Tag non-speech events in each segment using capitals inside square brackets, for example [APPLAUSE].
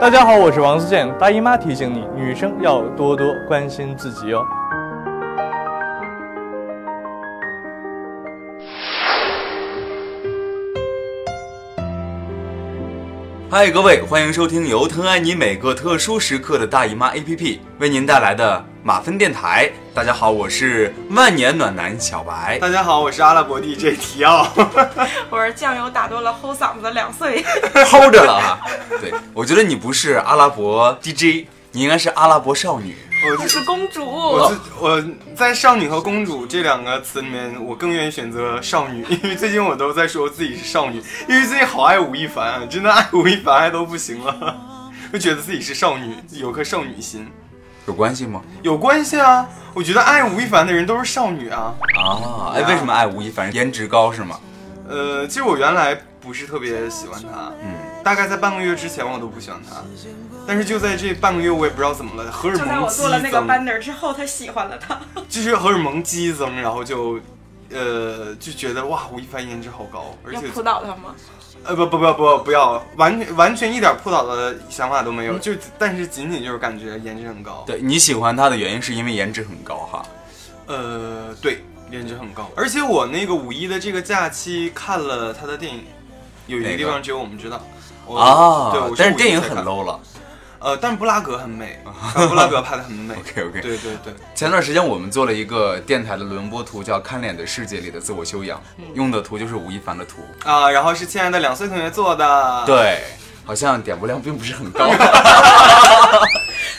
大家好，我是王思健。大姨妈提醒你，女生要多多关心自己哦哟、嗨，各位，欢迎收听由疼爱你每个特殊时刻的大姨妈 APP 为您带来的马芬电台。大家好，我是万年暖男小白。大家好，我是阿拉伯 DJ 提奥。我是酱油打多了，齁嗓子两岁。 [LAUGHS] 齁着了啊！对，我觉得你不是阿拉伯 DJ，你应该是阿拉伯少女。 [LAUGHS] 我我自是公主，我自我在少女和公主这两个词里面，我更愿意选择少女， [LAUGHS] 因为最近我都在说自己是少女，因为最近好爱吴亦凡啊，真的爱吴亦凡爱都不行了， [LAUGHS] 就觉得自己是少女，有颗少女心，有关系吗？有关系啊。我觉得爱吴亦凡的人都是少女啊。啊，哎，为什么爱吴亦凡？颜值高是吗？呃，其实我原来不是特别喜欢他，嗯，大概在半个月之前我都不喜欢他，但是就在这半个月，我也不知道怎么了，荷尔就在蒙我激做了那个增。 banner 之后，他喜欢了他。就是荷尔蒙激增，然后就，呃，就觉得哇，吴亦凡颜值好高，而要且 [LAUGHS] 扑倒他吗？呃不不不不不要，完全完全一点扑倒的想法都没有，就但是仅仅就是感觉颜值很高，嗯对你喜欢他的原因是因为颜值很高哈。呃对，颜值很高，而且我那个五一的这个假期看了他的电影，有一哪个个地方只有我们知道。我对，啊我，但是电影五一才很看 low 了。呃，但是布拉格很美，啊布拉格拍的 [LAUGHS] 很美， OK OK。对对对，前段时间我们做了一个电台的轮播图，叫《看脸的世界里的自我修养》，嗯用的图就是吴亦凡的图。啊、然后是亲爱的两岁同学做的，对，好像点播量并不是很高。 [LAUGHS]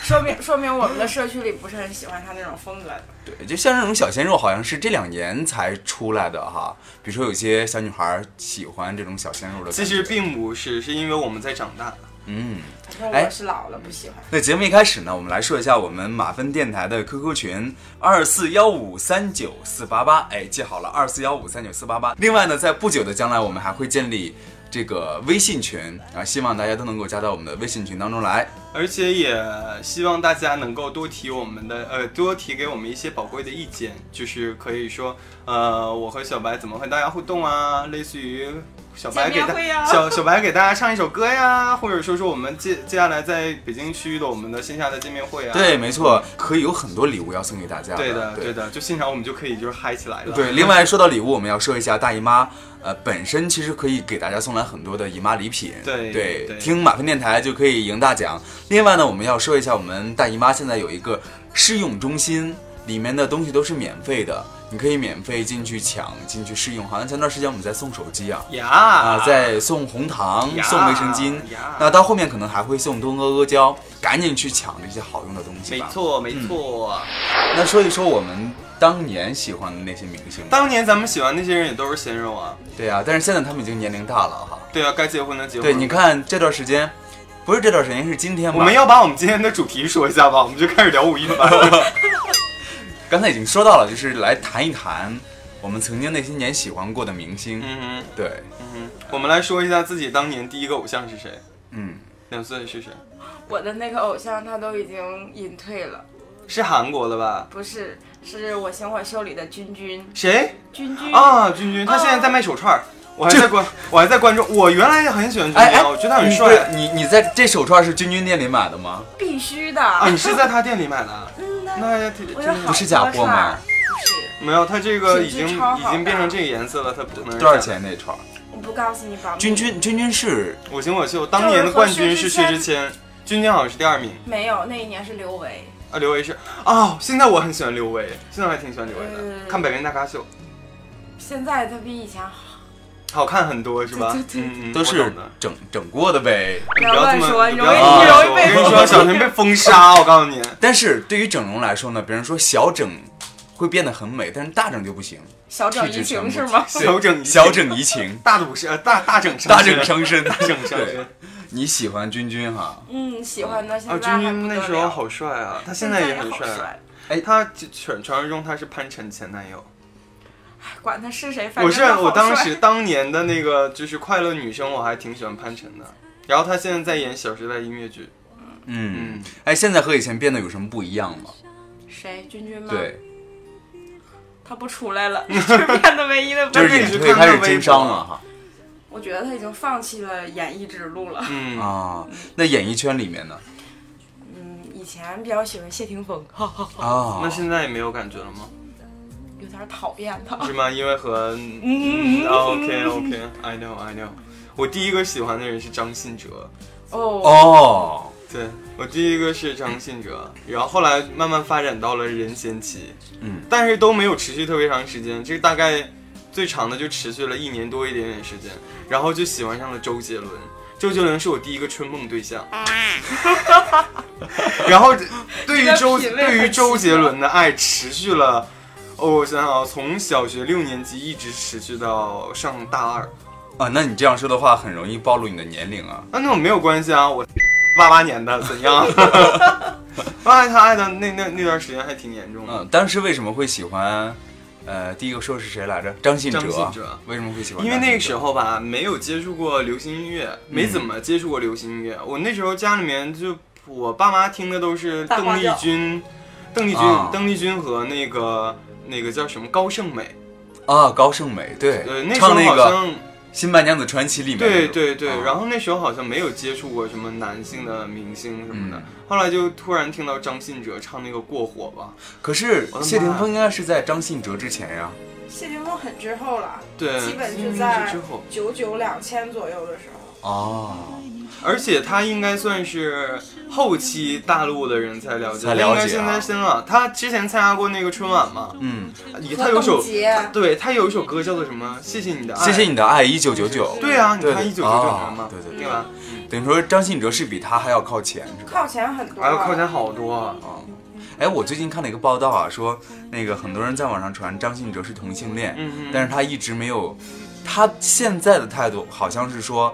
说明说明我们的社区里不是很喜欢他那种风格的。对，就像这种小鲜肉，好像是这两年才出来的哈。比如说有些小女孩喜欢这种小鲜肉的感觉，其实并不是，是因为我们在长大。嗯。反正哎我是老了，不喜欢。那节目一开始呢，我们来说一下我们马芬电台的 QQ 群二四幺五三九四八八，哎，记好了，二四幺五三九四八八。另外呢，在不久的将来，我们还会建立这个微信群啊，希望大家都能够加到我们的微信群当中来。而且也希望大家能够多提我们的呃，多提给我们一些宝贵的意见，就是可以说呃，我和小白怎么和大家互动啊，类似于小白给见面大、会啊呀小小白给大家唱一首歌呀， [LAUGHS] 或者说说我们接接下来在北京区的我们的线下的见面会啊，对，没错，可以有很多礼物要送给大家对的的，对的，就现场我们就可以就是嗨起来了，对，另外说到礼物，我们要说一下大姨妈，呃，本身其实可以给大家送来很多的姨妈礼品，对对，对听马芬电台就可以赢大奖。另外呢，我们要说一下，我们大姨妈现在有一个试用中心，里面的东西都是免费的，你可以免费进去抢，进去试用。好像前段时间我们在送手机啊，呀啊、啊在送红糖，呀送卫生巾。呀那到后面可能还会送东阿阿胶，赶紧去抢这些好用的东西没吧。错没错。那说一说我们当年喜欢的那些明星吧。当年咱们喜欢那些人也都是鲜肉啊，对啊，但是现在他们已经年龄大了哈。对啊，该结婚的结婚。对，你看这段时间，不是这段时间，是今天吧？ [LAUGHS] 我们要把我们今天的主题说一下吧，我们 [LAUGHS] 就开始聊吴亦 [LAUGHS] 凡。刚才已经说到了，就是来谈一谈我们曾经那些年喜欢过的明星。嗯对，哼，嗯哼，我们来说一下自己当年第一个偶像是谁，嗯，两岁是谁？我的那个偶像他都已经隐退了，是韩国的吧？不是，是我行我秀里的君君谁君君。哦啊？君君，他现在在卖手串儿，我还在关，我还在关注。我原来也很喜欢君君啊，我觉得他很你帅你你在这手串是君君店里买的吗？必须的。啊。你是在他店里买的？嗯那那也挺我有好不是假货吗多串儿不是，没有，他这个已经品质超已好经变成这个颜色了，他不能多少？钱那串？我不告诉你吧。君君君君是我行我秀，当年的冠军是薛就是和薛之之谦，君君好像是第二名没有，那一年是刘维。啊，刘维是哦。现在我很喜欢刘维，现在我还挺喜欢刘维的，嗯看《百变大咖秀》。现在他比以前好。好看很多是吧？对对对嗯嗯都我是懂的整整过的呗。你不不要要这乱么，说你你不容易要这么你说我跟容易被你说，小 [LAUGHS] 陈被封杀，啊我告诉你。但是对于整容来说呢，别人说小整会变得很美，但是大整就不行，小整气质怡情全是部吗？小整小整怡情，大肚是呃大大整大整上伤身。大整上身对。你喜欢君君哈？嗯，喜欢的啊，现在君还君不得那了。时候好帅啊，他现在也也很好帅。帅，哎他传传说中他是潘晨前男友，管他是谁，反我正是啊他好我当帅时当年的那个就是快乐女生，我还挺喜欢潘晨的。然后他现在在演《小时代》音乐剧，嗯嗯，哎，现在和以前变得有什么不一样吗？谁君君吗？，对， [LAUGHS] 他不出来了，这是变得唯一的不就一是那隐你去退看开看始微经博商了哈。我觉得他已经放弃了演艺之路了。嗯，啊，那演艺圈里面呢？嗯，以前比较喜欢谢霆锋，哈哈哈，啊，那现在也没有感觉了吗？有点讨厌他。是吗？因为和嗯 OK OK，I know I know。我第一个喜欢的人是张信哲，哦，哦，对我第一个是张信哲，然后后来慢慢发展到了任贤齐，嗯，但是都没有持续特别长时间，这个大概最长的就持续了一年多一点点时间，然后就喜欢上了周杰伦。周杰伦是我第一个春梦对象，啊然后 [LAUGHS] 对于周这个品味很对于周奇杰妙伦的爱持续了，哦，我想想啊，从小学六年级一直持续到上大二，啊，那你这样说的话，很容易暴露你的年龄啊。啊，那我没有关系啊，我 [LAUGHS] 八八年的怎 [LAUGHS] 样？爱他爱的那那那段时间还挺严重的。嗯，当时为什么会喜欢？呃，第一个说是谁来着？张信哲。张信哲为什么会喜欢张信哲？因为那个时候吧，没有接触过流行音嗯乐，没怎么接触过流行音乐。我那时候家里面就我爸妈听的都是大邓花丽轿君、邓丽君、啊邓丽君和那个那个叫什么高胜美。啊，高胜美对，对，呃那时候唱那好个《像、新白娘子传奇》里面那对个。对对、啊然后那时候好像没有接触过什么男性的明星什么的，嗯后来就突然听到张信哲唱那个《过火》吧。可是我的妈谢霆锋应该是在张信哲之前呀、谢霆锋很之后了，对，基本金是明在嗯之后，九九两千左右的时候。哦，而且他应该算是后期大陆的人才了解，才了解啊应该现在新了。他之前参加过那个春晚嘛，嗯，以他有首和邓婕对他有一首歌叫做什么？谢谢你的爱，谢谢。你的爱，一九九九。哎对啊，你对看对一九九九啊年嘛，对对对吧？等于说张信哲是比他还要靠前，是吧？靠前很多还了，有哎靠前好多啊，啊，哎，我最近看了一个报道啊，说那个很多人在网上传张信哲是同性恋，嗯嗯但是他一直没有，他现在的态度好像是说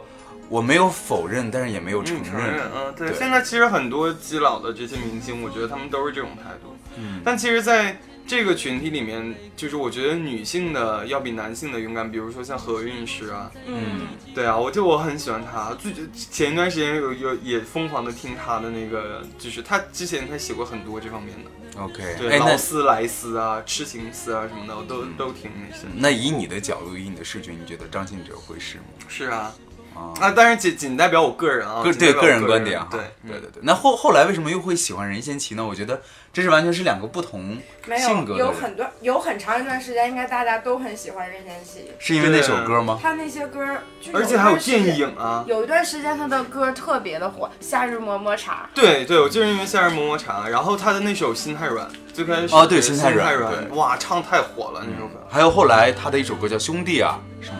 我没有否认，但是也没有承嗯，认，啊承认，嗯，对。对现在其实很多基佬的这些明星，我觉得他们都是这种态度。嗯但其实，在这个群体里面，就是我觉得女性的要比男性的勇敢，比如说像何韵诗啊，嗯，对啊，我就我很喜欢他，最前一段时间有有也疯狂的听他的那个，就是他之前他写过很多这方面的， OK，对哎，劳那嗯斯莱斯啊、痴情丝啊什么的，我都都听那些。那以你的角度，以你的视觉，你觉得张信哲会是吗？是啊，啊，啊，当然仅仅代表我个人啊，个仅代对表个我个人观点哈，对对对对。那后后来为什么又会喜欢任贤齐呢？我觉得这是完全是两个不同没性格有，的有人很多，有很长一段时间，应该大家都很喜欢任贤齐。是因为那首歌吗？他那些歌儿，就而且还有一段时间电。影啊。有一段时间他的歌特别的火，《夏日么么茶对对，我就是因为夏日么么茶，然后他的那首《心太软》，最开始哦对是心心太太软对哇，唱太火了那首歌。还有后来他的一首歌叫《兄弟》啊，是吗？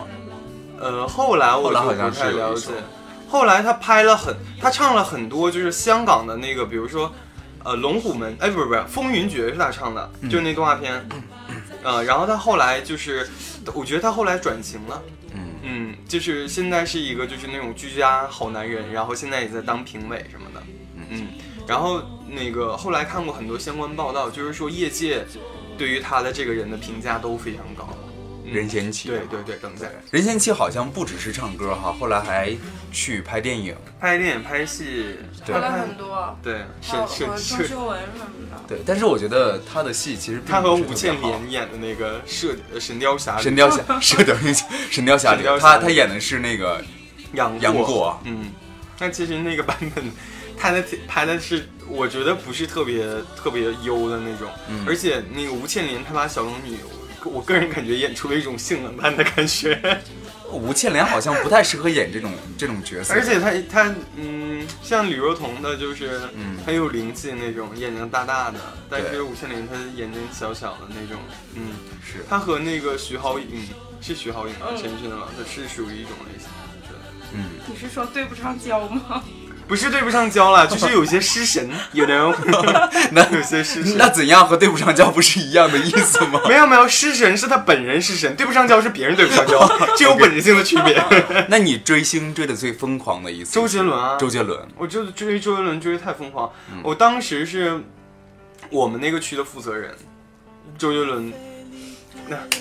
呃，后来我后来好就像不是太有一了首解。后来他拍了很，他唱了很多就是香港的那个，比如说，呃，《龙虎门》，哎，不是不是，《风云决》是他唱的，嗯就是那动画片。呃，然后他后来就是，我觉得他后来转型了，嗯嗯，就是现在是一个就是那种居家好男人，然后现在也在当评委什么的，嗯，然后那个后来看过很多相关报道，就是说业界对于他的这个人的评价都非常高，嗯任贤齐。对对对，等一下。任贤齐好像不只是唱歌哈，后来还去拍电影。拍电影、拍戏，》，对好了很多，对，是还有和是郑是，秀文什么的。对，但是我觉得他的戏其实并不 [LAUGHS] 他和是特吴别倩好莲演的那个《射呃神雕侠《侣》，神雕侠》 [LAUGHS] 《射雕英雄》《神雕侠侣神》雕侠他侣他演的是那个杨杨过，过，嗯，但其实那个版本拍的拍的是，我觉得不是特别特别优的那种，嗯而且那个吴倩莲她把小龙女，我我个人感觉演出了一种性冷淡的 [LAUGHS] 感觉，吴倩莲好像不太适合演这种这种角色。而且她她嗯，像李若彤的就是嗯很有灵气那种，眼睛大大的，但对是吴倩莲她眼睛小小的那种，嗯。是他和那个徐濠嗯萦是徐濠萦吗？嗯陈奕迅吗？他是属于一种类型，对，嗯，你是说对不上焦吗？不是对不上焦了，就是有些 [LAUGHS] 失神，有的人会 [LAUGHS] 那有些失神那。怎样和对不上焦不是一样的意思吗？ [LAUGHS] 没有没有，失神是他本人失神，对不上焦是别人对不 [LAUGHS] 上焦，这有本质性的区别。那你追星追的最疯狂的一次是？周杰伦啊，周杰伦，我就追周杰伦追得太疯狂，嗯我当时是我们那个区的负责人，周杰伦，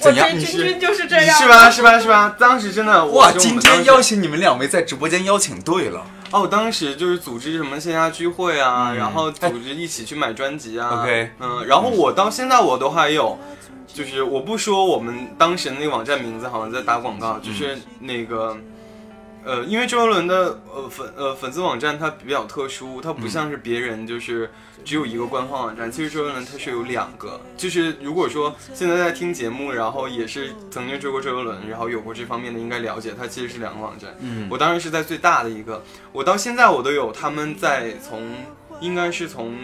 怎样我你追是君君就是这样，是吧？是吧是吧？当时真的我哎哇，是我们今当时天邀请你们两位在直播间邀请对了。哦，我当时就是组织什么线下聚会啊，嗯然后组织一起去买专辑啊。 OK 嗯，然后我到现在我都还有，嗯就是我不说我们当时那个网站名字，好像在打广告，就是那个。呃，因为周杰伦的呃粉呃粉丝网站它比较特殊，它嗯不像是别人就是只有一个官方网站，其实周杰伦它是有两个。就是如果说现在在听节目，然后也是曾经追过周杰伦，然后有过这方面的，应该了解它其实是两个网站。嗯我当然是在最大的一个，我到现在我都有他们在从应该是从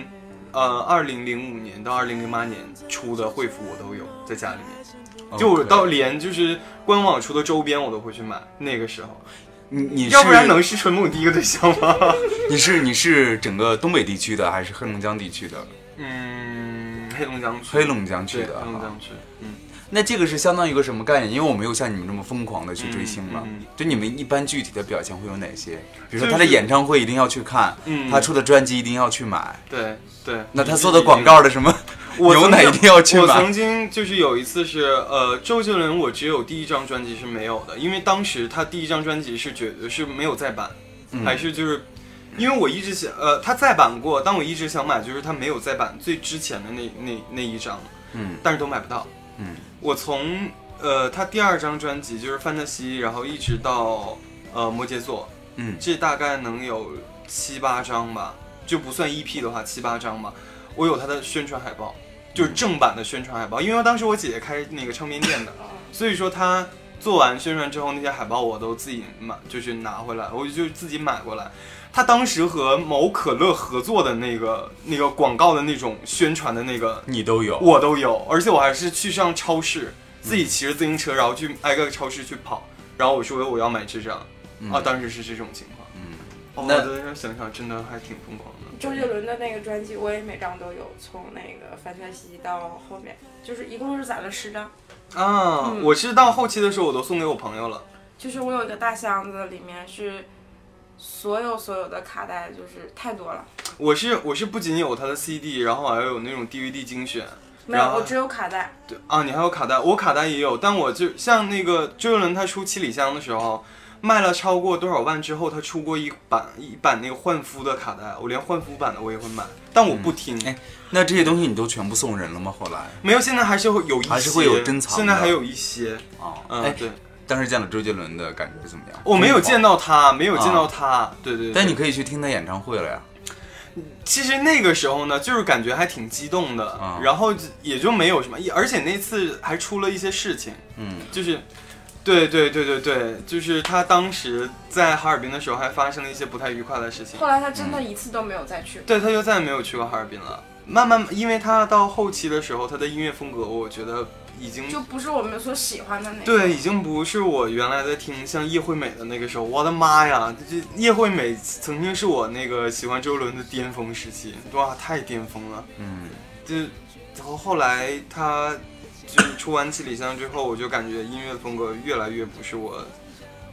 呃二零零五年到二零零八年出的会服我都有在家里面，就我到连就是官网出的周边我都会去买，那个时候。你你要不然是能是纯母第一个对象 [LAUGHS] 吗？你是你是整个东北地区的还是黑龙江地区的？嗯，黑龙江区，黑龙江区对的黑龙哈江区，嗯，那这个是相当于一个什么概念？因为我没有像你们这么疯狂的去追星了。嗯嗯嗯就你们一般具体的表现会有哪些？比如说就是他的演唱会一定要去看，嗯他出的专辑一定要去买，对对。那他做的广告的什么嗯我牛曾奶经一定要去我买。曾经就是有一次是，呃，周杰伦，我只有第一张专辑是没有的，因为当时他第一张专辑是觉得是没有再版，嗯还是就是，因为我一直想，呃，他再版过，但我一直想买，就是他没有再版最之前的那那那一张，嗯但是都买不到。嗯我从呃他第二张专辑就是《范特西》，然后一直到呃摩羯座，嗯这大概能有七八张吧，就不算 EP 的话，七八张吧。我有他的宣传海报，就是正版的宣传海报，因为当时我姐姐开那个唱片店的，所以说她做完宣传之后，那些海报我都自己买，就是拿回来，我就自己买过来。她当时和某可乐合作的那个那个广告的那种宣传的那个你都有。我都有，而且我还是去上超市，自己骑着自行车，然后去挨个超市去跑，然后我说我要买这张，嗯啊，当时是这种情况。嗯哦那我在这想想，真的还挺疯狂的。周杰伦的那个专辑，我也每张都有，从那个《范特西》到后面，就是一共是攒了十张。啊，嗯我是到后期的时候，我都送给我朋友了。就是我有一个大箱子，里面是所有所有的卡带，就是太多了。我是我是不仅有他的 CD，然后还有那种 DVD 精选。没有然，后我只有卡带。对啊，你还有卡带，我卡带也有，但我就像那个周杰伦他出《七里香》的时候，卖了超过多少万之后，他出过一版一版那个换肤的卡带，我连换肤版的我也会买，但我不听。哎，那这些东西你都全部送人了吗？后来没有，现在还是会有一些，还是会有珍藏的现在还有一些，哦，嗯，哎，对，当时见了周杰伦的感觉怎么样？我没有见到，到他，没有见啊到他，对对对。但你可以去听他演唱会了呀。其实那个时候呢，就是感觉还挺激动的，啊然后也就没有什么，也而且那次还出了一些事情，嗯就是，对对对对对，就是他当时在哈尔滨的时候还发生了一些不太愉快的事情，后来他真的一次都没有再去。对，他就再也没有去过哈尔滨了。慢慢，因为他到后期的时候，他的音乐风格我觉得已经就不是我们所喜欢的那个。对，已经不是我原来在听像叶惠美的那个时候，我的妈呀！这叶惠美曾经是我那个喜欢周杰伦的巅峰时期，哇，太巅峰了。嗯，就后后来他就是出完《七里香》之后，我就感觉音乐风格越来越不是我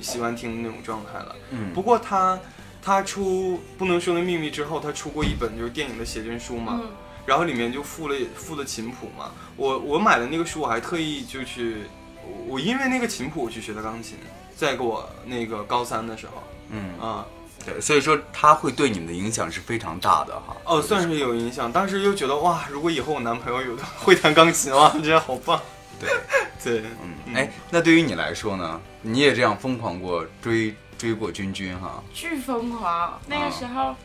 喜欢听的那种状态了。嗯不过他他出《不能说的秘密》之后，他出过一本就是电影的写真书嘛，嗯然后里面就附了附的琴谱嘛。我我买的那个书，我还特意就去我我因为那个琴谱我去学的钢琴，在我那个高三的时候嗯，啊。对，所以说他会对你们的影响是非常大的哈。哦，算是有影响。当时就觉得哇，如果以后我男朋友有会弹钢琴 [LAUGHS] 哇，这样好棒。对， [LAUGHS] 对，嗯，哎，那对于你来说呢？你也这样疯狂过追追过君君哈？巨疯狂。那个时候，啊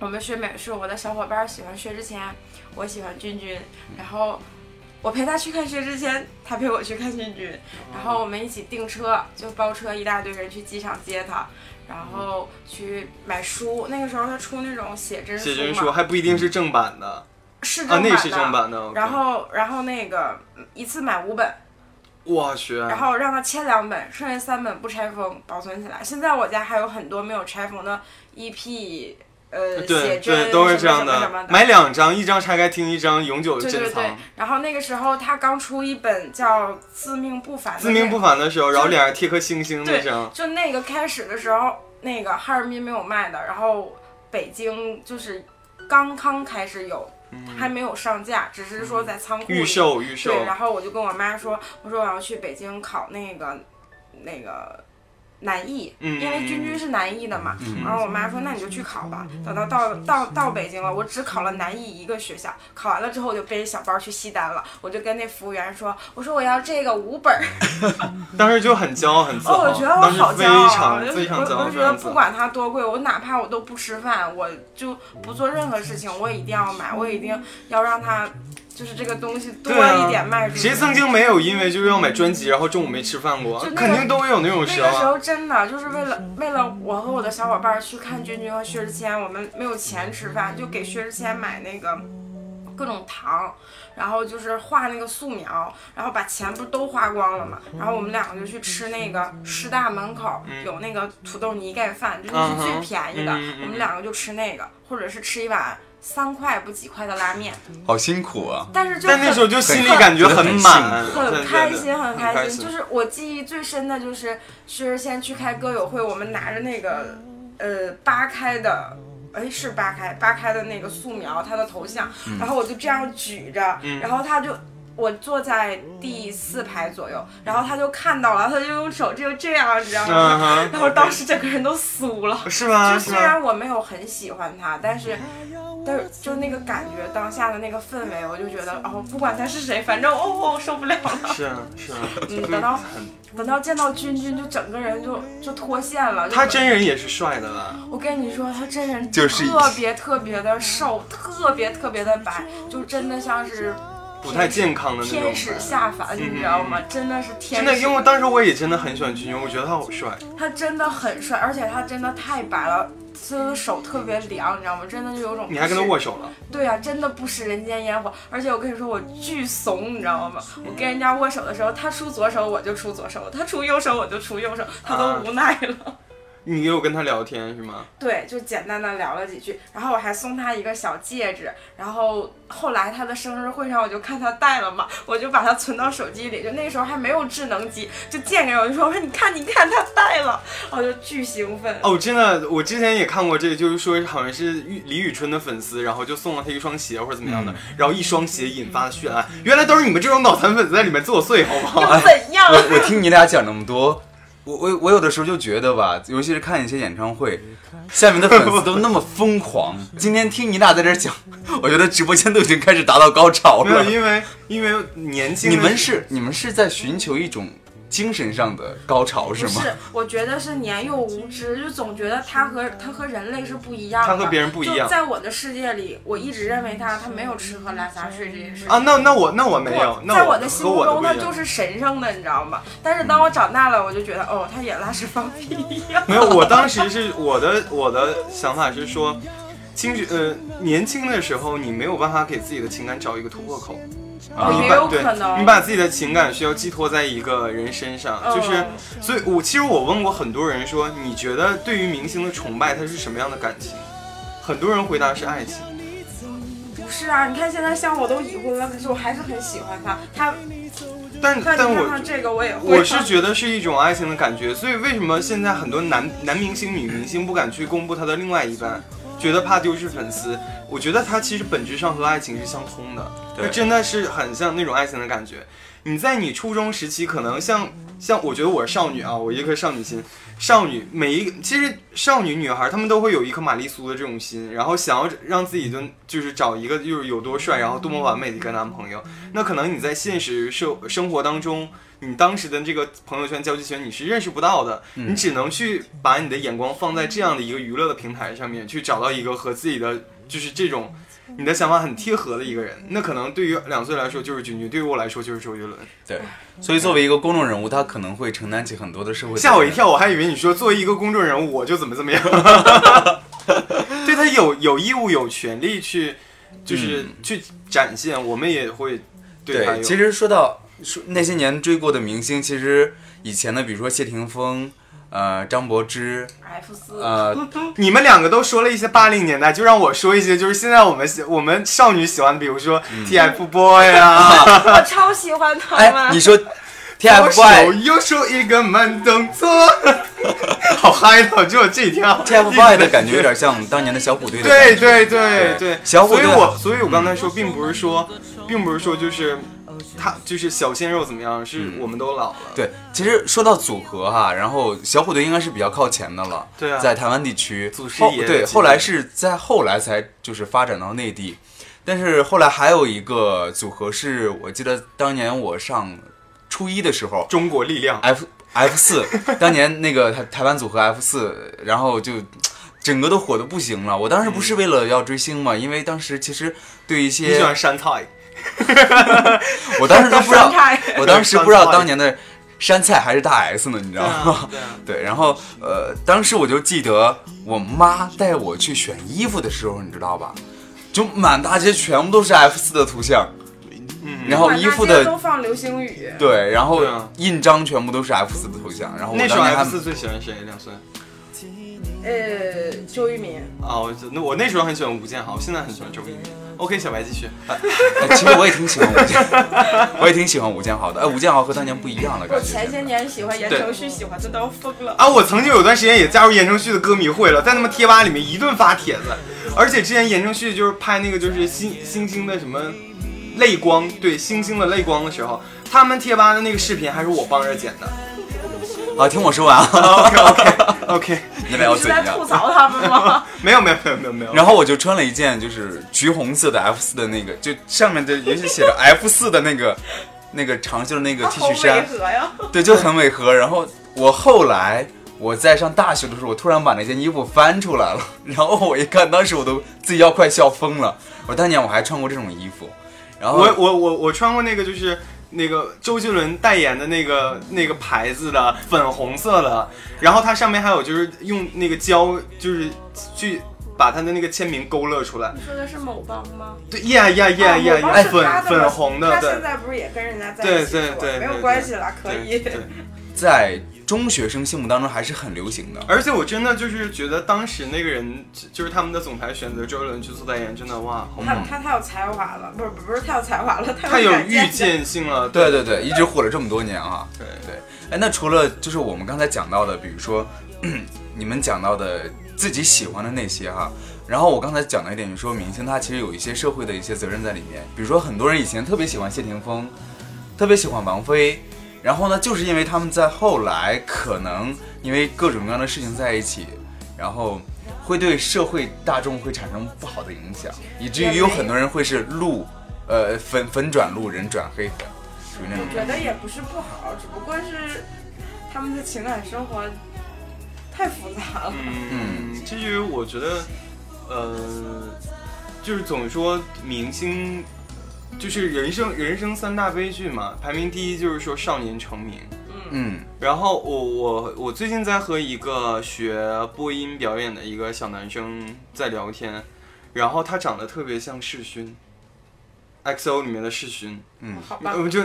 我们学美术，我的小伙伴喜欢薛之谦，我喜欢君君，然后我陪他去看薛之谦，他陪我去看君君，然后我们一起订车，就包车一大堆人去机场接他。然后去买书，那个时候他出那种写真书写嘛，真书还不一定是正版的啊，是正版那的，个是正版的。OK 然后，然后那个嗯一次买五本，哇去，然后让他签两本，剩下三本不拆封保存起来。现在我家还有很多没有拆封的 EP，呃，对写真对，都是这样什么什么什么的，买两张，一张拆开听，一张永久对珍对对藏。，然后那个时候他刚出一本叫《自命不凡》的，自命不凡的时候，然后脸上贴颗星星那张，就那个开始的时候，那个哈尔滨没有卖的，然后北京就是刚刚开始有，还没有上架，只是说在仓库里嗯预售预售对，，然后我就跟我妈说，我说我要去北京考那个那个南艺，嗯因为君君是南艺的嘛。嗯然后我妈说：“那你就去考吧。”等到到到到北京了，我只考了南艺一个学校，考完了之后我就背着小包去西单了。我就跟那服务员说：“我说我要这个五本儿。”嗯当时就很骄傲，很自哦，豪，我觉得我当时好非骄傲啊，常就非是我常骄傲，我非觉得常自不豪。管它多贵，我哪怕我都不吃饭，我就不做任何事情，我也一定要买，我也一定要让它就是这个东西多对啊一点卖出去。谁曾经没有因为就是要买专辑，然后中午没吃饭过就？那个肯定都会有那种那时个时候啊。候真的就是为了为了我和我的小伙伴儿去看君君和薛之谦，我们没有钱吃饭，就给薛之谦买那个各种糖，然后就是画那个素描，然后把钱不是都花光了嘛，然后我们两个就去吃那个师大门口有那个土豆泥盖饭，就是那是最便宜的嗯嗯哼嗯嗯，我们两个就吃那个，或者是吃一碗三块不几块的拉面，好辛苦 [LAUGHS] 啊！但是就但那很时候就心里感觉很满，很开心，很很开开心。心就是我记忆最深的就是薛之谦去开歌友会，我们拿着那个呃八开的。哎，是八开八开的那个素描，他的头像，然后我就这样举着，然后他就我坐在第四排左右，然后他就看到了，他就用手就这样，你知道嗯吗？哼， [LAUGHS] 然后当时整个人都酥了。啊是吗？就是虽吗？然我没有很喜欢他，但是，但是就那个感觉，当下的那个氛围，我就觉得哦，不管他是谁，反正哦，我受不了 [LAUGHS] 了。是啊，是啊。嗯，等到等到见到君君，就整个人就就脱线了。就他真人也是帅的啦。我跟你说，他真人就是特别特别的瘦，特别特别的白，就真的像是不太健康的那种天使下凡，你知道吗？真的是天真使。的，因为当时我也真的很喜欢君君，我觉得他好帅。他真的很帅，而且他真的太白了，他的手特别凉，你知道吗？真的就有种你还跟他握手了？对啊，真的不食人间烟火。而且我跟你说，我巨怂，你知道吗？我跟人家握手的时候，他出左手我就出左手，他出右手我就出右手，他啊都无奈了。 [LAUGHS] 你有跟他聊天是吗？对，就简单的聊了几句，然后我还送他一个小戒指，然后后来他的生日会上我就看他戴了嘛，我就把它存到手机里，就那时候还没有智能机，就借给我，就说我说你看你看他戴了，我就巨兴奋。哦，真的，我之前也看过这个，就是说好像是玉李宇春的粉丝，然后就送了他一双鞋或者怎么嗯样的，然后一双鞋引发了血案。原来都是你们这种脑残粉丝在里面作祟，好不好？ [LAUGHS] 又怎样？我我听你俩讲那么多，我我我有的时候就觉得吧，尤其是看一些演唱会，下面的粉丝都那么疯 [LAUGHS] 狂。今天听你俩在这儿讲，我觉得直播间都已经开始达到高潮没有，了。因为因为年轻你的们是你们是在寻求一种精神上的高潮是不吗？是，我觉得是年幼无知，就总觉得他和他和人类是不一样的。他和别人不一样就在我的世界里，我一直认为他他没有吃喝拉撒睡这件事情。啊，那那我那我没有我，那在我我的心目中，他就是是神圣的，你知道吗？但是当我长大了，我就觉得，哦，他也拉屎放屁一样。没有。我当时是我的我的想法是说，青春呃年轻的时候你没有办法给自己的情感找一个突破口，啊哦你也把有对可能你把自己的情感需要寄托在一个人身上，[LAUGHS] 嗯就是，所以我其实我问过很多人说，你觉得对于明星的崇拜，它是什么样的感情？很多人回答是爱情，不是啊，你看现在像我都已婚了，可是我还是很喜欢他。他，但但但你看我看这个，我也会。我是觉得是一种爱情的感觉，所以为什么现在很多男男明星、女明星不敢去公布他的另外一半，觉得怕丢失粉丝？我觉得他其实本质上和爱情是相通的，对那真的是很像那种爱情的感觉。你在你初中时期，可能像像我觉得我是少女啊，我一颗少女心，少女每一其实少女女孩她们都会有一颗玛丽苏的这种心，然后想要让自己就就是找一个就是有多帅，然后多么完美的一个男朋友。那可能你在现实社生活当中，你当时的这个朋友圈、交际圈你是认识不到的，嗯你只能去把你的眼光放在这样的一个娱乐的平台上面，去找到一个和自己的就是这种你的想法很贴合的一个人。那可能对于两岁来说就是君君，对于我来说就是周杰伦。对，所以作为一个公众人物，他可能会承担起很多的社会。吓我一。跳，我还以为你说作为一个公众人物，我就怎么怎么样。 [LAUGHS] 对他有有义务、有权利去，就是、去展现。我们也会对他嗯有。对，其实说到说那些年追过的明星，其实以前的，比如说谢霆锋，呃，张柏芝， [LAUGHS] F 四，呃，你们两个都说了一些八零年代，就让我说一些，就是现在我们喜我们少女喜欢的，比如说嗯 TFBOY 啊， [LAUGHS] 我超喜欢他们。哎，你 [LAUGHS] 说我手 TFBOY。又手一个慢动作，好嗨的，只有这一天啊 TFBOY 的感觉有点像当年的小虎队的感对觉，对对对，小虎所以队嗯我所以我刚才说，并不是说，并不是说就是他就是小鲜肉怎么样？是嗯我们都老了，对，其实说到组合哈、然后小虎队应该是比较靠前的了，对啊在台湾地区，祖师后爷对，级后来别是在后来才就是发展到内地，但是后来还有一个组合是我记得当年我上初一的时候中国力量。 ，F F 四， [LAUGHS] 当年那个台台湾组合 F 四，然后就整个都火的不行了。我当时不是为了要追星嘛，因为当时其实对一嗯你喜些欢山菜？我当时都不知道双，开，我当时不知道当年的山菜还是大 S 呢，你知对道吗？啊，对啊，对，然后呃，当时我就记得我妈带我去选衣服的时候，你知道吧？就满大街全部都是 F 四的图像，嗯，然后满大衣服街的都放流星雨，对，然后对啊印章全部都是 F 四的图像，然后我那当时候年 F 还四最喜欢谁？梁孙呃，周渝民，啊，我那我那时候很喜欢吴建豪，现在很喜欢周渝民。OK，小白继续。哎其实我也挺喜欢吴建豪， [LAUGHS] 我也挺喜欢吴建豪的。哎，吴建豪和当年不一样了，我感觉前些现在。年喜欢言对承旭，喜欢的都要疯了。啊，我曾经有段时间也加入言承旭的歌迷会了，在他们贴吧里面一顿发帖子，而且之前言承旭就是拍那个就是星星星的什么泪光，对星星的泪光的时候，他们贴吧的那个视频还是我帮着剪的。啊，听我说完啊， [LAUGHS] OK OK OK，你俩要你是怎在样吐？槽他们吗？ [LAUGHS] 没有没有没有没有没有，然后我就穿了一件就是橘红色的 F 四的那个，就上面的也是写着 F 四的那个那个长袖的 [LAUGHS] 那个 T 好恤违衫，和呀！对，就很违和。然后我后来我在上大学的时候，我突然把那件衣服翻出来了，然后我一看，当时我都自己要快笑疯了。我当年我还穿过这种衣服，然后我我我我穿过那个就是那个周杰伦代言的那个那个牌子的粉红色的，然后它上面还有就是用那个胶就是去把他的那个签名勾勒出来。你说的是某邦吗？对呀呀呀呀啊呀，我帮粉他的粉红的，他对现在不是也跟人家在一起住对对对没有对关系了，可对以。对。在中学生心目当中还是很流行的。而且我真的就是觉得当时那个人，就就是他们的总裁选择周杰伦去做代言，真的哇，好他他太有才华了，不是不是太有才华了，太太嗯有远预见了。见性了。对对对，一直火了这么多年啊。对对，哎，那除了就是我们刚才讲到的，比如说你们讲到的自己喜欢的那些哈、然后我刚才讲了一点，你说明星他其实有一些社会的一些责任在里面，比如说很多人以前特别喜欢谢霆锋，特别喜欢王菲，然后呢，就是因为他们在后来可能因为各种各样的事情在一起，然后。会对社会大众会产生不好的影响，以至于有很多人会是路，呃，粉粉转路，人转黑粉，属于那种我觉得也不是不好，只不过是他们的情感生活太复杂了。嗯，这就是我觉得，呃，就是总说明星，就是人生人生三大悲剧嘛，排名第一就是说少年成名。嗯然后我我我最近在和一个学播音表演的一个小男生在聊天，然后他长得特别像世勋，XO 里面的世勋，好吧，呃 [LAUGHS] 我就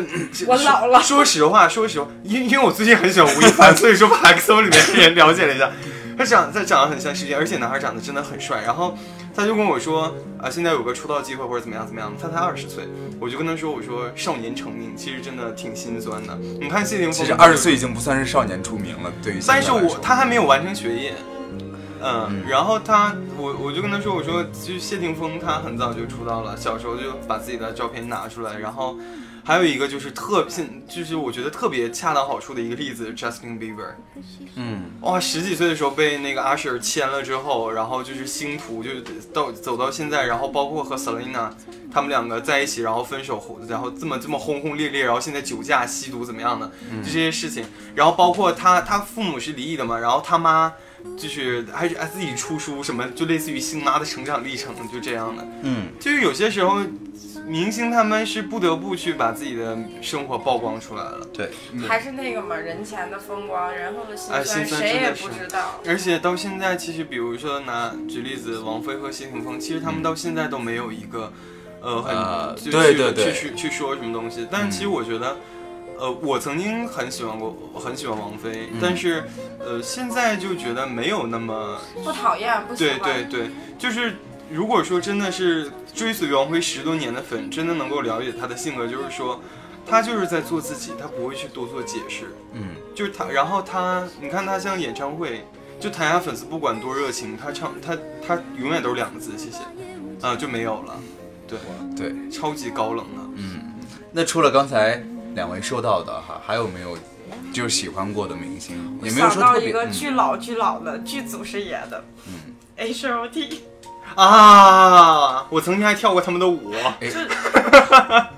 我老了说说实话，说实话，因因为我最近很喜欢吴亦 [LAUGHS] 凡，所以说把 XO 里面的人了解了一下，他长他长得很像世勋，而且男孩长得真的很帅。然后他就跟我说啊、现在有个出道机会或者怎么样怎么样，他才二十岁，我就跟他说，我说少年成名其实真的挺心酸的。你看谢霆锋，其实二十岁已经不算是少年出名了，对于现在但来是说我他还没有完成学业，嗯，然后他我我就跟他说，我说就是谢霆锋他很早就出道了，小时候就把自己的照片拿出来，然后还有一个就是特现就是我觉得特别恰到好处的一个例子，Justin Bieber，嗯，哇，十几岁的时候被那个 Usher 签了之后，然后就是星途就是到走到现在，然后包括和 Selina 他们两个在一起，然后分手，然后这么这么轰轰烈烈，然后现在酒驾、吸毒怎么样的，嗯就这些事情，然后包括他他父母是离异的嘛，然后他妈就是还是还自己出书什么，就类似于新妈的成长历程，就这样的，嗯，就是有些时候明星他们是不得不去把自己的生活曝光出来了。对，还是那个嘛，人前的风光，人后的嗯心哎心酸，酸谁真的也是不知道。而且到现在，其实比如说拿举例子，王菲和谢霆锋，其实他们到现在都没有一个，呃，很、嗯呃就对去对对嗯去去去说什么东西。但其实我觉得，呃，我曾经很喜欢过，我很喜欢王菲，嗯但是呃，现在就觉得没有那么，不讨厌，不喜对欢。对对，就是。如果说真的是追随王菲十多年的粉，真的能够了解她的性格，就是说，她就是在做自己，她不会去多做解释。嗯，就是他，然后他，你看他像演唱会，就谭雅粉丝不管多热情，他唱他他永远都是两个字，谢谢，啊、就没有了，对，对，超级高冷的，嗯，那除了刚才两位说到的哈，还有没有就是喜欢过的明星？也没有想说到特一别。个嗯巨老巨老的、巨祖师爷的，嗯 h O T，啊！我曾经还跳过他们的舞，就是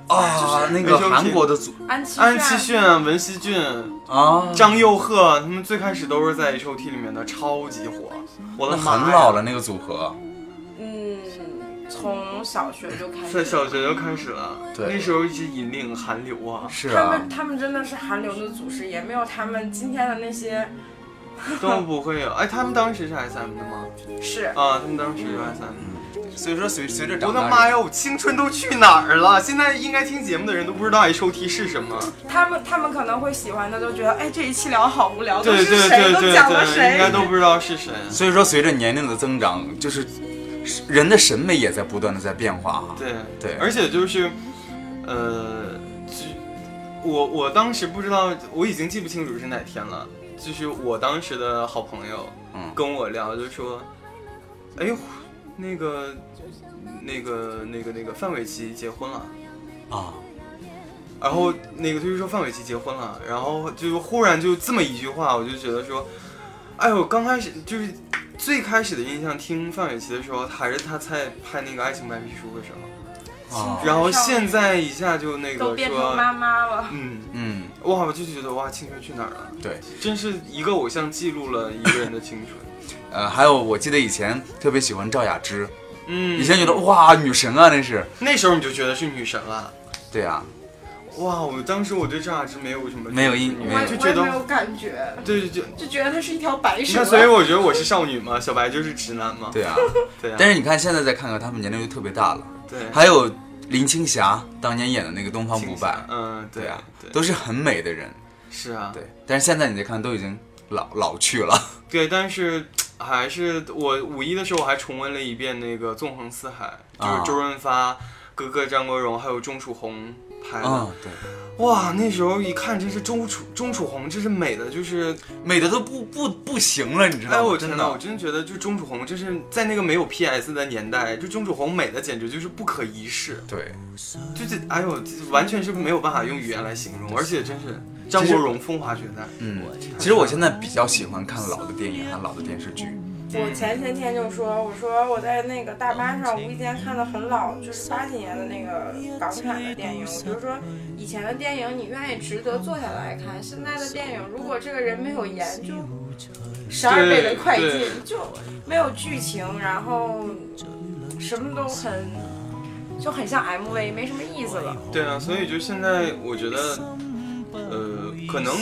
啊，那个韩国的组安七安七炫，炫、文熙俊、啊，张佑赫，他们最开始都是在 H O T 里面的，超级火。我那的很妈呀老了，那个组合，嗯，从小学就开在始。小学就开始了，对那时候一直引领韩流啊，是他啊们，他们真的是韩流的祖师爷，没有他们今天的那些都不会有。哎，他们当时是 S M 的吗？是啊，他们当时是 S M。所以说随随着我长的大，妈呀，我青春都去哪儿了？现在应该听节目的人都不知道 H O T 是什么。他们，他们可能会喜欢的，都觉得哎这一期聊得好无聊，对都对哦对是谁对都讲了对，应该谁，都不知道是谁。所以说随着年龄的增长，就是人的审美也在不断的在变化哈。对对而且就是，呃，就我我当时不知道，我已经记不清楚是哪天了。就是我当时的好朋友嗯跟我聊，就说，哎呦，那个那个那个那个范玮琪结婚了。啊，然后那个就是说范玮琪结婚了，然后就忽然就这么一句话，我就觉得说，哎呦，刚开始就是最开始的印象，听范玮琪的时候，还是他在拍那个《爱情白皮书》的时候，啊然后现在一下就那都个变成说，妈妈了。嗯，嗯，哇，我就觉得哇，青春去哪儿了？对，真是一个偶像记录了一个人的青 [LAUGHS] 春。呃，还有我记得以前特别喜欢赵雅芝，嗯，以前觉得哇女神啊那是，那时候你就觉得是女神了，对啊，哇，我当时我对赵雅芝没有什么没有印没有我也就我觉也得没有感觉，对对对，就觉得它是一条白你蛇看，。所以我觉得我是少女嘛，小白就是直男嘛， [LAUGHS] 对啊，对啊，但是你看现在再看看他们年龄就特别大了，对。还有林青霞当年演的那个《东方不清败》晰，嗯，对对啊，对，都是很美的人，是啊，对，但是现在你再看都已经老老去 [LAUGHS] 了，对，但是还是我五一的时候我还重温了一遍那个《纵横四海》，就啊是周润发、哥哥张国荣还有钟楚红拍的， [LAUGHS] 啊，对，哇，那时候一看真是钟楚钟楚红，真是美的，就是美的都不不不行了，你知道吗？哎，我真天呐，我的，真觉得就钟楚红，就是在那个没有 PS 的年代，就钟楚红美的简直就是不可一世，对，就是哎呦，完全是没有办法用语言来形容，而且真是张国荣风华绝代，嗯，其实我现在比较喜欢看老的电影和老的电视剧，我前些天就说，我说我在那个大巴上无意间看到很老，就是八几年的那个港产的电影。我就说，以前的电影你愿意值得坐下来看，现在的电影如果这个人没有颜，就十二倍的快对进，就没有剧情，然后什么都很，就很像 MV，没什么意思了。对啊，所以就现在我觉得，呃，可能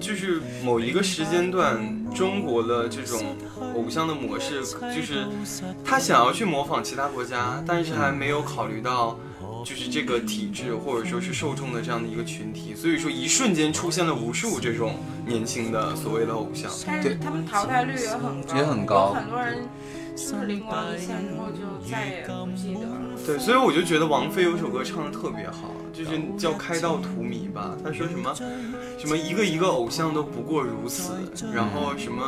就是某一个时间段，中国的这种偶像的模式，就是他想要去模仿其他国家，但是还没有考虑到。就是这个体制，或者说是受众的这样的一个群体，所以说一瞬间出现了无数这种年轻的所谓的偶像。但对是他们淘汰率也很高，也很高有很多人就是灵光一现之后就再也不记得了。对，所以我就觉得王菲有首歌唱的特别好，就是叫《开到荼蘼》吧。她说什么，什么一个一个偶像都不过如此，然后什么，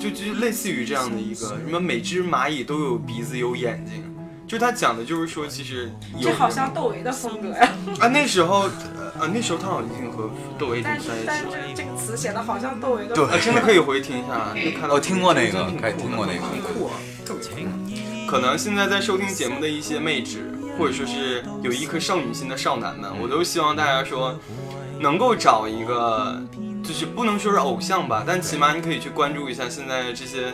就就类似于这样的一个什么，每只蚂蚁都有鼻子有眼睛。就她讲的就是说，其实有这好像窦唯的风格呀，啊，那时候呃啊，那时候她好像已经和窦唯已经但是在一但起是了。这个词写的好像窦唯的对风格啊，真的可以回听一下。就看到我哦听过那个真的可以挺听酷过的那个很酷啊，特别酷。可能现在在收听节目的一些妹纸，或者说是有一颗少女心的少男们，我都希望大家说，能够找一个，就是不能说是偶像吧，但起码你可以去关注一下现在这些，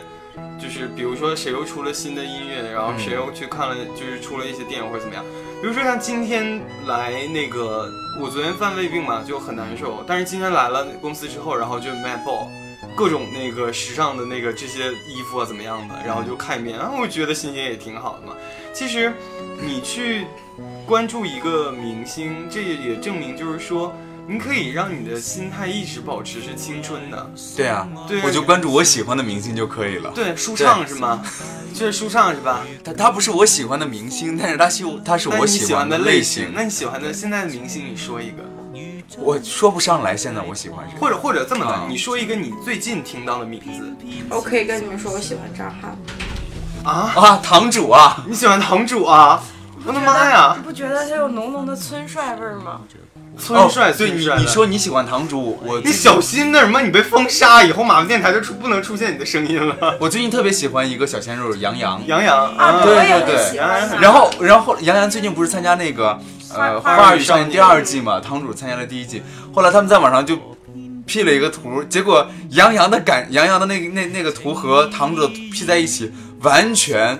就是比如说谁又出了新的音乐，然后谁又去看了，就是出了一些电影或者怎么样。比如说像今天来那个，我昨天犯胃病嘛，就很难受，但是今天来了公司之后，然后就卖爆。各种那个时尚的那个这些衣服啊怎么样的，然后就看一遍，然后我觉得心情也挺好的嘛。其实你去关注一个明星，这也证明就是说，你可以让你的心态一直保持是青春的，对啊，对我就关注我喜欢的明星就可以了。对，舒畅是吗？这是舒畅是吧？他他不是我喜欢的明星，但是他是他是那我你喜欢欢的类类型，那你喜欢的现在的明星，你说一个，我说不上来，现在我喜欢谁？或者或者这么啊的，你说一个你最近听到的名字我可以跟你们说，我喜欢张翰。啊？啊，堂主啊，你喜欢堂主啊？我的妈呀你！不觉得它有浓浓的村帅味儿吗？村帅，哦对村你帅的你说你喜欢堂主，我你小心那什么，你被封杀以后，马文电台就出不能出现你的声音了。我最近特别喜欢一个小鲜肉杨洋，杨洋啊，啊，我对也对很喜欢它。然后然后杨洋最近不是参加那个呃《花花儿儿与与少少年》年第二季嘛，堂主参加了第一季，后来他们在网上就 P 了一个图，结果杨洋的感杨洋的那个那那个图和堂主的 P 在一起，完全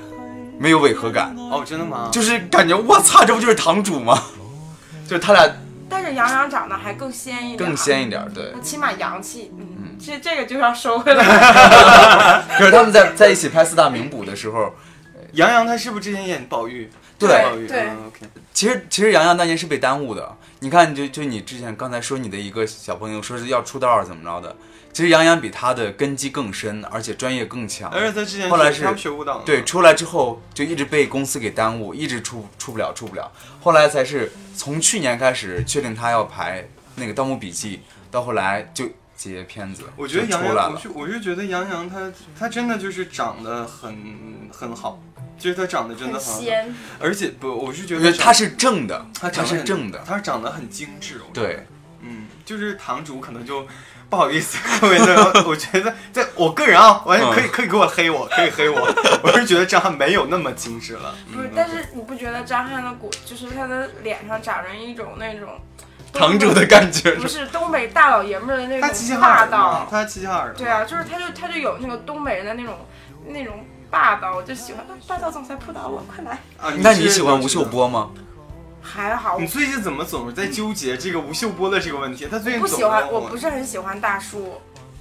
没有违和感，哦，真的吗？就是感觉我操，这不就是堂主吗？就是他俩但是杨洋长得还更鲜一点，更，鲜一点，对。起码洋气。嗯，这这个就要收回来。可是他们在在一起拍《四大名捕》的时候，杨洋他是不是之前演宝玉？对宝玉，对嗯，OK。其实其实杨洋那年是被耽误的。你看，就就你之前刚才说你的一个小朋友说是要出道怎么着的，其实杨洋比他的根基更深，而且专业更强。而且他之前后来学是他们学舞蹈的，对，出来之后就一直被公司给耽误，一直出出不了，出不了。后来才是从去年开始确定他要排那个《盗墓笔记》，到后来就接片子，我觉得就杨出来洋，我了。就我就觉得杨洋他他真的就是长得很很好，就是他长得真的很很好，鲜，而且不，我是觉我觉得得他是正的，他他长得是很正的，他长得很精致，我觉得对。嗯，就是堂主可能就不好意思，各位的， [LAUGHS] 我觉得在我个人啊，嗯完全可以可以给我黑我，可以黑我， [LAUGHS] 我是觉得张翰没有那么精致了，不是嗯，但是你不觉得张翰的骨，就是他的脸上长着一种那种堂主的感觉不是东北大老爷们儿的他那齐齐种哈霸尔的嘛道，，他齐齐哈尔的，对啊，就是他就他就有那个东北人的那种那种霸道，我就喜欢啊霸道总裁扑倒我，快来！啊，那是你喜欢吴秀是嗯波吗？还好，你我最近怎么总是在纠结这个吴秀波的这个问题？他最近不总喜欢，让我不是很喜欢大叔，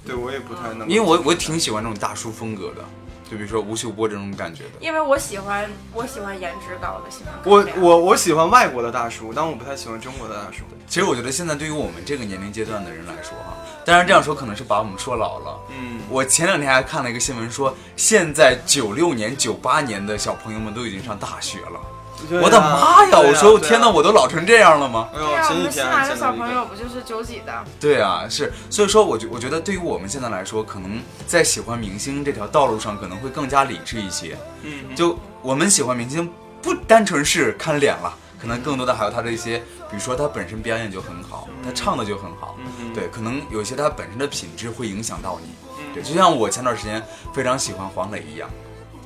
对我也不太能，因为我我挺喜欢这种大叔风格的，就比如说吴秀波这种感觉的。因为我喜欢我喜欢颜值高的，喜欢高我亮我我喜欢外国的大叔，但我不太喜欢中国的大叔。其实我觉得现在对于我们这个年龄阶段的人来说哈、当然这样说可能是把我们说老了。嗯，我前两天还看了一个新闻说，现在九六年、九八年的小朋友们都已经上大学了。啊我的妈呀！我说我天哪，哪，我都老成这样了吗？啊哎对啊呦，，我前几们新天来还的见小到一朋个，友不就是九几的？对啊，是，所以说我觉我觉得对于我们现在来说，可能在喜欢明星这条道路上，可能会更加理智一些。嗯，就我们喜欢明星，不单纯是看脸了，可能更多的还有他的一些，比如说他本身表演就很好，他唱的就很好，嗯对，可能有一些他本身的品质会影响到你。嗯对，就像我前段时间非常喜欢黄磊一样，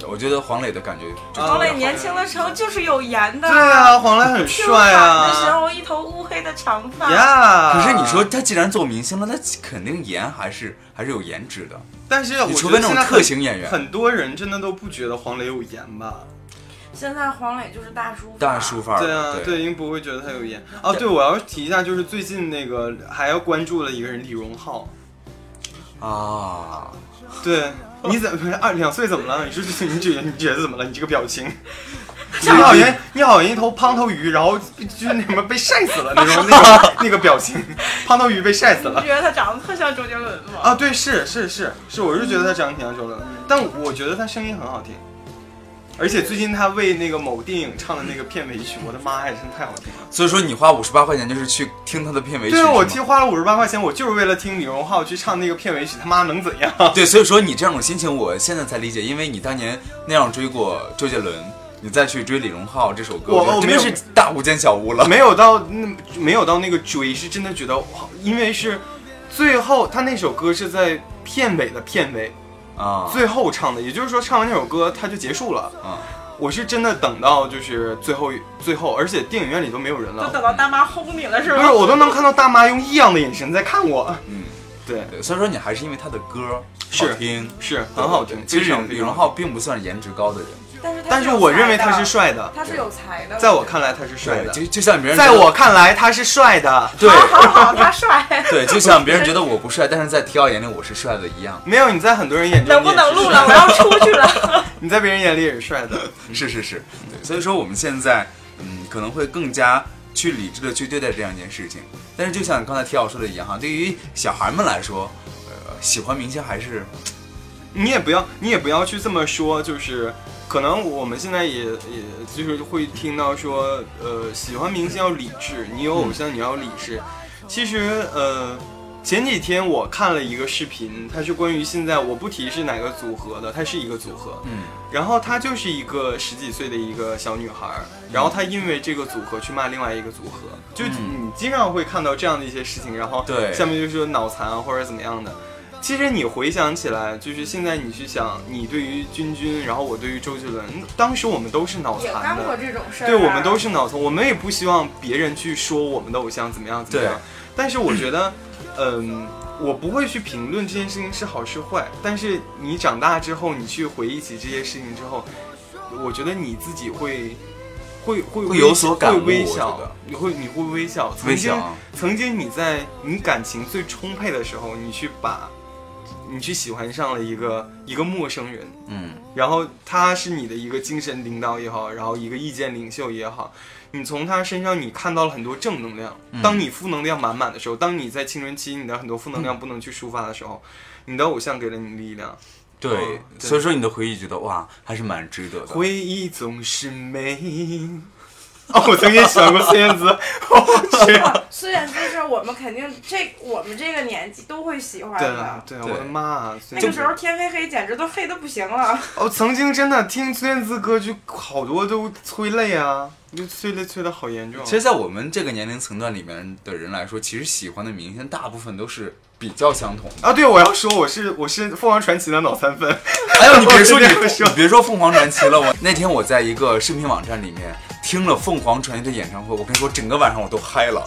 我觉得黄磊的感觉就啊黄特别磊好。年轻的时候就是有颜的，对啊，黄磊很帅的时啊，候一头乌黑的长发，呀。可是你说，他既然做明星了，他肯定颜还是还是有颜值的，但是我你觉除得非那种现在特型演员，很多人真的都不觉得黄磊有颜吧？现在黄磊就是大叔，大叔。范儿对的。啊，对，对，因为不会觉得他有颜。哦，对，我要提一下，就是最近那个还要关注的一个人，李荣浩。啊，对，你怎么二两岁怎么了？你说你觉你觉得怎么了？你这个表情，你这好像你好像一头胖头鱼，然后就是那什么被晒死了那种那个那个表情，胖头鱼被晒死你不了。觉得他长得特像周杰伦吗？啊，对，是是是是，我是觉得他长得挺像周杰伦，但我觉得他声音很好听，而且最近他为那个某电影唱的那个片尾曲，我的妈呀，真太好听了。所以说你花五十八块钱就是去听他的片尾曲，对啊，我是吗替花了五十八块钱，我就是为了听李荣浩去唱那个片尾曲，他妈能怎样？对，所以说你这种心情，我现在才理解，因为你当年那样追过周杰伦，你再去追李荣浩这首歌，我我觉得我真没有的是大巫见小巫了。没有到那没有到那个追，是真的觉得哇，因为是最后他那首歌是在片尾的片尾啊最后唱的，也就是说唱完那首歌他就结束了。啊！我是真的等到就是最后最后，而且电影院里都没有人就了，等到大妈轰你了是不吗？是我都能看到大妈用异样的眼神在看我。嗯，对，对，所以说你还是因为他的歌好是听，是很好对听。其实非常李李荣，浩并不算颜值高的人，但是他但是是有我才认为他的是，帅的，他是有才的。在我看来他是帅对，的，就就像别人在觉得我看来他是帅的。对。好好好，[LAUGHS] 他帅对，就像别人觉得我不帅，但是在提奥眼里我是帅的一样。没有你在很多人眼中能不你也能是录帅了？我的要出去了。 [LAUGHS] 你在别人眼里也是帅的。是是是，对，所以说我们现在，嗯，可能会更加去理智的去对待这样一件事情。但是就像刚才提奥说的一样哈，对于小孩们来说，呃，喜欢明星还是你也不要，你也不要去这么说，就是可能我们现在也也就是会听到说，呃，喜欢明星要理智，你有偶像你要理智。其实呃，前几天我看了一个视频，它是关于现在我不提是哪个组合的，它是一个组合，嗯，然后她就是一个十几岁的一个小女孩儿，然后她因为这个组合去骂另外一个组合，就你经常会看到这样的一些事情，然后对下面就是说脑残啊或者怎么样的。其实你回想起来，就是现在你去想，你对于君君，然后我对于周杰伦，当时我们都是脑也残干的，过这种事儿、啊。对我们都是脑残，我们也不希望别人去说我们的偶像怎么样怎么样对。但是我觉得，嗯、我不会去评论这件事情是好是坏。但是你长大之后，你去回忆起这些事情之后，我觉得你自己会。会会会有所感悟会微我觉笑得，你会你会微笑。曾微经笑啊曾经你在你感情最充沛的时候，你去把，你去喜欢上了一个一个陌生人，嗯，然后他是你的一个精神领导也好，然后一个意见领袖也好，你从他身上你看到了很多正能量。嗯当你负能量满满的时候，当你在青春期你的很多负能量不能去抒发的时候，你的偶像给了你力量。哦对嗯，对所以说你的回忆觉得哇，还是蛮值得的。回忆总是美。 [LAUGHS] 哦，我曾经喜欢过孙 [LAUGHS] 燕姿，我去，虽然就是我们肯定这我们这个年纪都会喜欢对的啊。对啊，我的妈啊！孙那燕个姿时候天黑黑，简直都黑的不行了。哦，曾经真的听孙燕姿歌就好多都催泪啊，就催泪催的好严重。其实，在我们这个年龄层段里面的人来说，其实喜欢的明星大部分都是比较相同的。啊，对，我要说我是我是凤凰传奇的脑残粉， [LAUGHS] 哎呦，你别说你，我这样说你别说凤凰传奇了。我那天我在一个视频网站里面听了凤凰传奇的演唱会，我跟你说，整个晚上我都嗨了，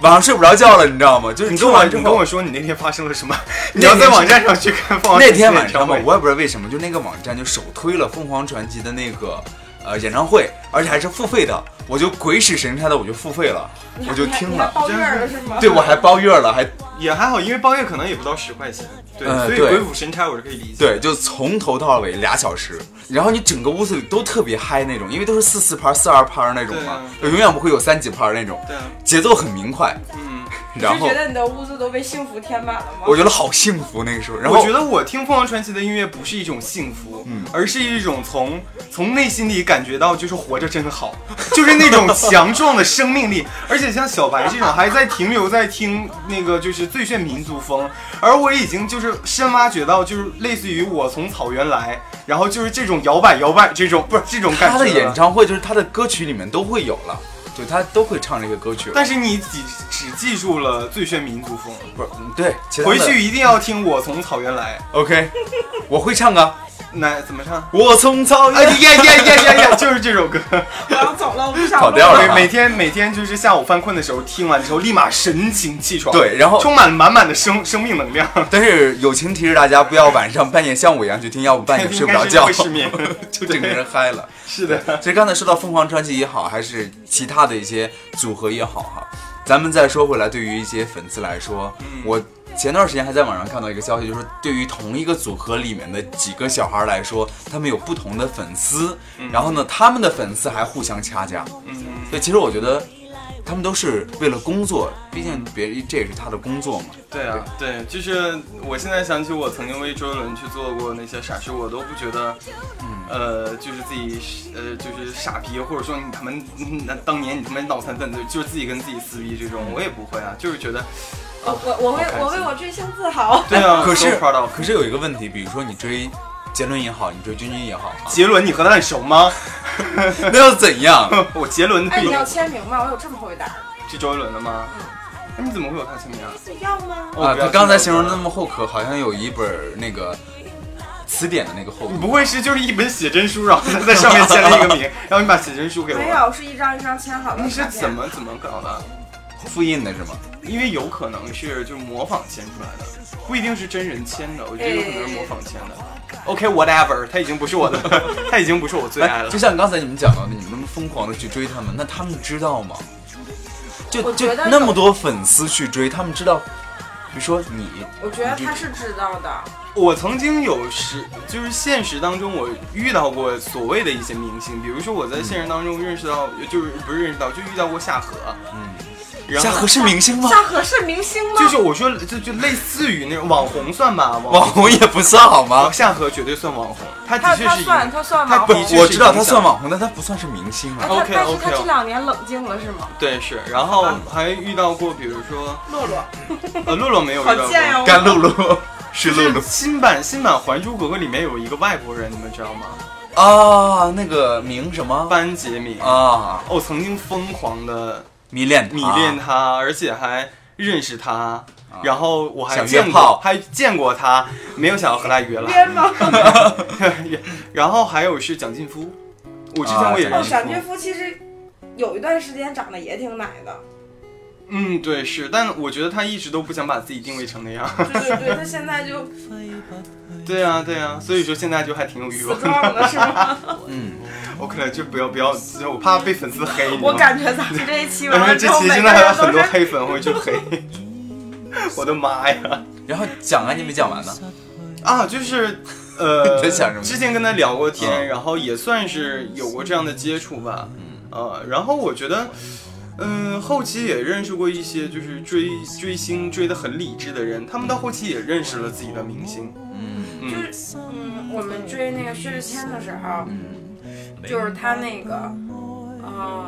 晚上睡不着觉了，你知道吗？就是 [LAUGHS] 你听跟我完之你跟我后，说你那天发生了 [LAUGHS] 什么？那你要在天是网站上去看凤凰那传奇天的晚演上唱吧会，我也不知道为什么，就那个网站就首推了凤凰传奇的那个呃演唱会，而且还是付费的，我就鬼使神差的我就付费了，你我还就你还听你还了，包月儿了是吗？对我还包月了，还也还好，因为包月可能也不到十块钱，对，嗯所以对鬼斧神差我是可以理解。对，就从头到尾俩小时，然后你整个屋子里都特别嗨那种，因为都是四四拍儿、四二拍儿那种嘛，永远不会有三几拍儿那种，对啊，节奏很明快。嗯，你然是后觉得你的屋子都被幸福填满了吗？我觉得好幸福那个时候，然后嗯我觉得我听凤凰传奇的音乐不是一种幸福，而是一种从从内心里感觉到就是活着真好， [LAUGHS] 就是那种强壮的生命力。而且像小白这种还在停留在听那个就是最炫民族风，而我已经就是深挖掘到就是类似于我从草原来，然后就是这种摇摆摇摆这种不是这种感他觉了。的演唱会就是他的歌曲里面都会有了，就他都会唱这些歌曲了。但是你只只记住了最炫民族风，不是嗯对，其他的回去一定要听《我从草原来 OK，我会唱啊，》，那 [LAUGHS] 怎么唱？我从草 [LAUGHS] 哎原。呀呀呀呀 [LAUGHS] 呀！就是这首歌，我要走了，我不想跑调了每每天每天就是下午犯困的时候听完之后，立马神清气爽，对然后充满了满满的生生命能量，但是友情提示大家，不要晚上半夜像我一样去听，要不半哎夜睡不着应觉该，是会失眠 [LAUGHS] [LAUGHS] 就整个人嗨了。是的，其实刚才说到凤凰传奇也好，还是其他的一些组合也好哈，咱们再说回来，对于一些粉丝来说，我前段时间还在网上看到一个消息，就是对于同一个组合里面的几个小孩来说，他们有不同的粉丝，然后呢，他们的粉丝还互相掐架，嗯，所以其实我觉得。他们都是为了工作，毕竟别这也是他的工作嘛。对啊，对，就是我现在想起我曾经为周杰伦去做过那些傻事，我都不觉得，呃，就是自己是呃就是傻逼，或者说你他妈嗯那当年你他妈脑残粉，就是自己跟自己撕逼这种，我也不会啊，就是觉得，我我我为好开心我为我追星自豪。对啊，可 so 是 proud of 可是有一个问题，比如说你追杰伦也好，你追君君也好啊，杰伦，你和他很熟吗？ [LAUGHS] 那又怎样？我杰伦哎，对你要签名吗？我有这么厚一沓儿。是周杰伦的吗？哎，你怎么会有他签名啊？要吗？哦啊，不要他刚才形容这的那么么厚壳，好像有一本儿那个词典的那个厚多，你壳。不会是就是一本写真书，然后他在上面签了一 [LAUGHS] 个名，然后你把写真书给我？没，有，是一张一张签好的。你是怎？么怎么搞的？复印的是吗？因为有可能是就是模仿签出来的，不一定是真人签的，我觉得有可能是模仿签的。OK whatever，他已经不是我 [LAUGHS] 的，他已经不是我最爱哎，了就。像刚才你们讲到的，你们那么疯狂的去追他们，那他们知道吗？就我觉就得有那么多粉丝去追，他们知道，比如说你，我觉得他是知道的。我曾经有时就是现实当中我遇到过所谓的一些明星，比如说我在现实当中认识到，就是不是认识到，就遇到过夏荷，嗯，然夏后荷是明星吗？夏荷是明星吗？就是我说就就类似于那种网红算吧，网 [LAUGHS] 网红也不算好吗？夏荷绝对算网红，她他的确他是一算个。他算他网不哦的红确，我是知道影他响算网红，但他不算是明星啊。[LAUGHS] 哎他 OK，但是他 OK，这两年冷静了是吗？对是，然后还遇到过，比如说洛洛，呃，洛洛没有遇好到过，贱呀！甘露露是就露露是新版新版《还珠格格》里面有一个外国人，你们知道吗？ [LAUGHS] 啊，那个名什么班杰明，哦啊？我曾经疯狂的迷恋啊迷恋他，而且还认识他，然后我还想约见过炮，还见过他，没有想要和他约了。编吗？然后还有是蒋劲夫，我之前啊我也蒋哦，认识 [LAUGHS] 闪过电。夫其实有一段时间长得也挺奶的，嗯，对，是，但我觉得他一直都不想把自己定位成那样。 [LAUGHS] 对对对，他现在就对啊，对啊，所以说现在就还挺有欲望。 strong 了是吗？嗯， [LAUGHS] 我可能就不要不要，我怕被粉丝黑。你知道我吗感觉咱们这一期完但了是之哎这后，期每真个的还有人都很多是黑粉会去黑， [LAUGHS] 我的妈呀！然后讲啊，你没讲完呢。啊，就是， [LAUGHS] 呃，你在想什么之前跟他聊过天，嗯然后也算是有过这样的接触吧，呃，然后我觉得。嗯，后期也认识过一些就是追追星追得很理智的人，他们到后期也认识了自己的明星。嗯嗯，就是嗯，我们追那个薛之谦的时候，嗯就是他那个呃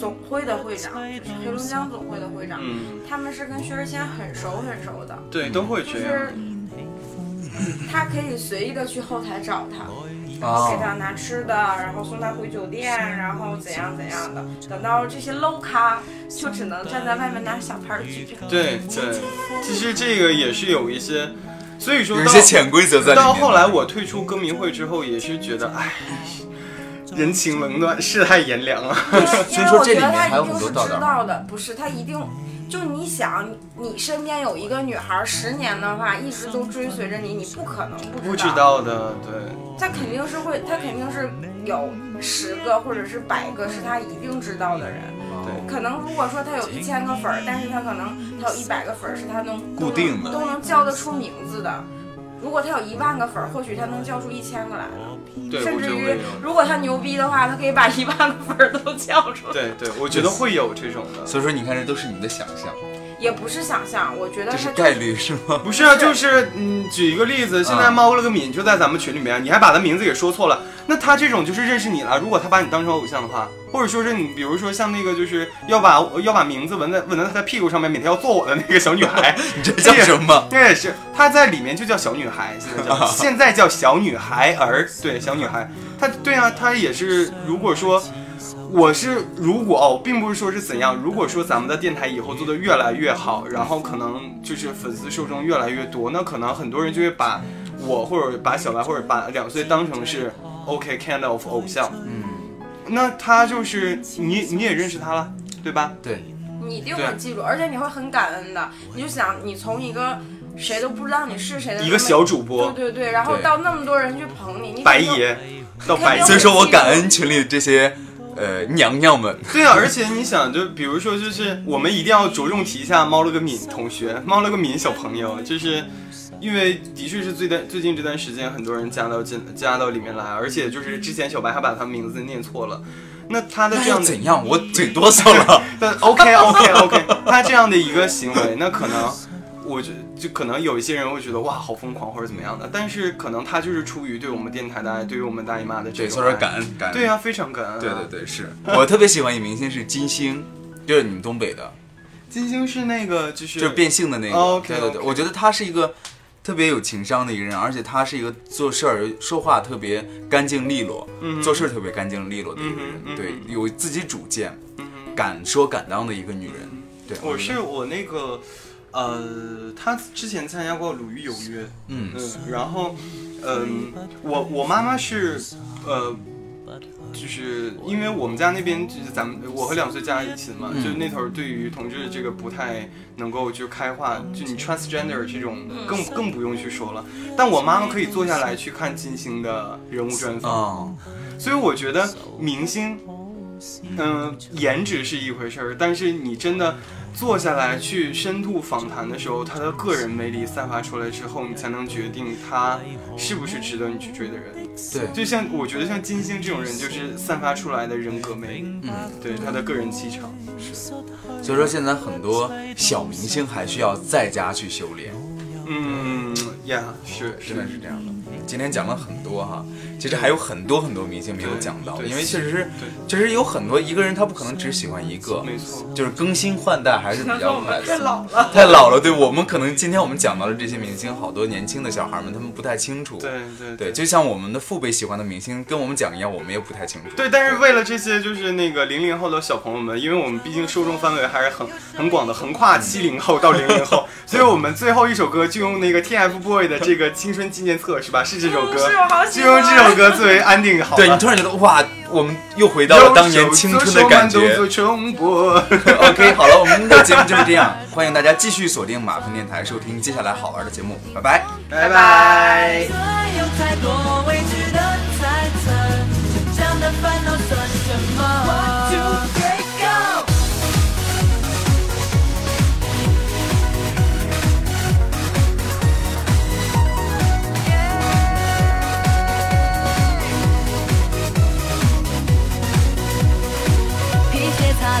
总会的会长，就是黑龙江总会的会长，嗯，他们是跟薛之谦很熟很熟的，对，嗯都会就这样。是他可以随意的去后台找他，给啊他拿吃的，然后送他回酒店，然后怎样怎样的。等到这些 low 咖，就只能站在外面拿小牌儿举着。对对，其实这个也是有一些，所以说有一到些潜规则在里面。到后来我退出歌迷会之后，也是觉得，哎，人情冷暖，世态炎凉 [LAUGHS] 啊。 [LAUGHS] 因为听因为说我这里觉得面他还有一很定多是道道知道的，不是他一定。就你想，你身边有一个女孩儿十年的话，一直都追随着你，你不可能不不知道的，对，他肯定是会，他肯定是有十个或者是百个是他一定知道的人。对可能如果说他有一千个粉儿，但是他可能他有一百个粉儿是他能都固能定的都能叫得出名字的。如果他有一万个粉儿，或许他能叫出一千个来的。对，甚我觉至得于会有，如果他牛逼的话，他可以把一万个粉儿都叫出来。对对，我觉得会有这种的。所以说你看，这都是你的想象，也不是想象，我觉得呃这他是就概率是吗？不是啊，就是嗯，举一个例啊子，现在猫了个敏就在咱们群里面，你还把他名字给说错了，那他这种就是认识你了。如果他把你当成偶像的话，或者说是你，比如说像那个就是要把要把名字纹在纹在他的屁股上面，每天要做我的那个小女孩，你这叫什么？对，是，她在里面就叫小女孩，现在叫现在叫小女孩儿，对，小女孩，她对啊，她也是，如果说。我是如果哦，并不是说是怎样。如果说咱们的电台以后做得越来越好，然后可能就是粉丝受众越来越多，那可能很多人就会把我或者把小白或者把两岁当成是 OK kind of 偶像。嗯，那他就是你你也认识他了，对吧？对，你一定对会记住，而且你会很感恩的。你就想，你从一个谁都不知道你是谁的一那个么小主播对对对，然后对到那么多人去捧你，你白肯定爷到白爷所以。说我感恩群里这些呃娘娘们。对啊，而且你想，就比如说，就是我们一定要着重提一下猫了个敏同学，猫了个敏小朋友，就是因为的确是最段最近这段时间，很多人加到进加到里面来，而且就是之前小白还把他名字念错了，那他的那这又样的怎样？我嘴哆嗦 [LAUGHS] 了。但 OK OK OK，他 [LAUGHS] 这样的一个行为，那可能我觉就可能有一些人会觉得哇好疯狂或者怎么样的，但是可能他就是出于对我们电台的爱，对于我们大姨妈的这对，种所以说爱感恩感恩。对啊，非常感恩、啊，对对对，是我特别喜欢一明星是金星，就是你们东北的，金星是那个就是就是变性的那个。哦，OK，对对对 OK 我觉得他是一个特别有情商的一个人，而且他是一个做事儿说话特别干净利落，嗯做事儿特别干净利落的一个人，嗯哼嗯哼对，有自己主见，嗯哼敢说敢当的一个女人。对，嗯我觉得是我那个，呃，他之前参加过《鲁豫有约》，嗯嗯，然后，嗯、我我妈妈是，呃，就是因为我们家那边就是咱们我和两岁加在一起的嘛，嗯就是那头儿对于同志这个不太能够就开化，就你 transgender 这种更更不用去说了。但我妈妈可以坐下来去看金星的人物专访，啊、所以我觉得明星嗯，颜值是一回事儿，但是你真的坐下来去深度访谈的时候，他的个人魅力散发出来之后，你才能决定他是不是值得你去追的人。对，就像我觉得像金星这种人，就是散发出来的人格魅力，嗯，对他的个人气场。所以说现在很多小明星还需要在家去修炼，嗯呀，是真的是是，这样的。嗯今天讲了很多哈，其实还有很多很多明星没有讲到，对对因为确实是对，确实有很多一个人他不可能只喜欢一个，没错。就是更新换代还是比他说较我快的。们太 [LAUGHS] 老了，太老了，对我们可能今天我们讲到的这些明星，好多年轻的小孩们他们不太清楚。对对对，就像我们的父辈喜欢的明星跟我们讲一样，我们也不太清楚。对，但是为了这些就是那个零零后的小朋友们，因为我们毕竟受众范围还是很很广的，横跨七零后到零零后，所以我们最后一首歌就用那个 TFBOY 的这个青春纪念册是吧？是这首歌嗯是我好，喜就欢用这首歌作为安定好了。对你突然觉得哇，我们又回到了当年青春的感右手左手觉慢动作。重播 [LAUGHS] OK，好了， [LAUGHS] 我们的节目就是这样，欢迎大家继续锁定马粪电台，收听接下来好玩的节目，拜拜。拜拜。还有太多未知的猜测，这样的烦恼算什么？One two three go。皮鞋擦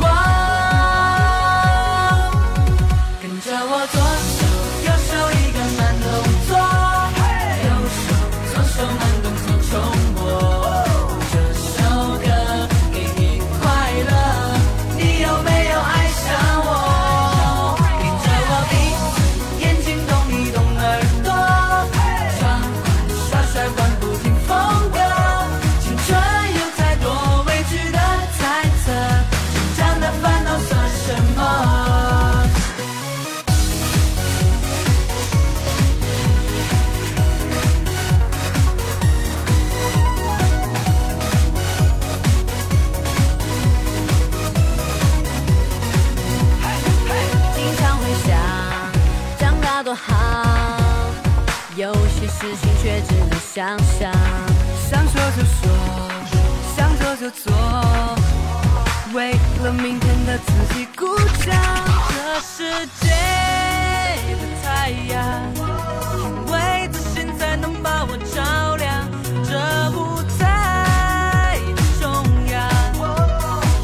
光。跟着我左手右手一个慢动作，右手左手慢动作重播。这首歌给你快乐，你有没有爱上我？跟着我闭眼睛动一动耳朵，抓狂耍帅换不停风格，青春有太多未知的猜测，成长的烦恼算什么？经常会想，长大多好，有些事情却只能想想，想说就说，想做就做，为了明天的自己鼓掌。这世界的太阳，因为自信才能把我照亮。这舞台的中央。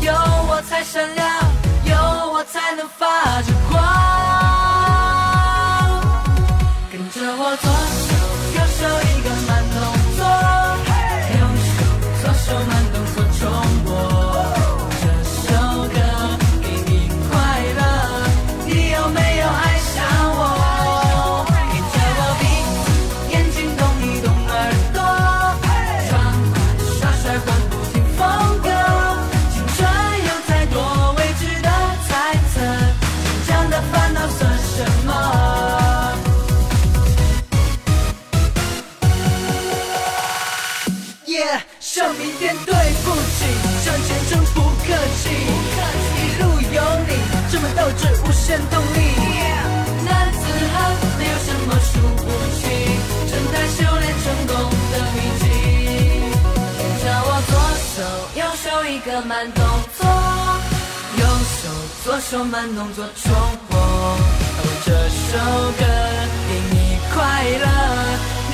有我才闪亮，有我才能发着光。跟着我左手右手一个慢动作，右手左手慢动作重播。这首歌给你快乐，你有没有爱上我？跟着我闭眼睛动一动耳朵，装款耍帅换不停风格。青春有太多未知的猜测，成长的烦恼算什么？耶，上明天对不起，向前真不客气，一路有你，这么斗志无限动力。男子汉没有什么输不起，正在修炼成功的秘籍。跟着我左手右手一个慢动作，右手左手慢动作重播。哦，这首歌给你快乐，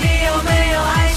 你有没有爱？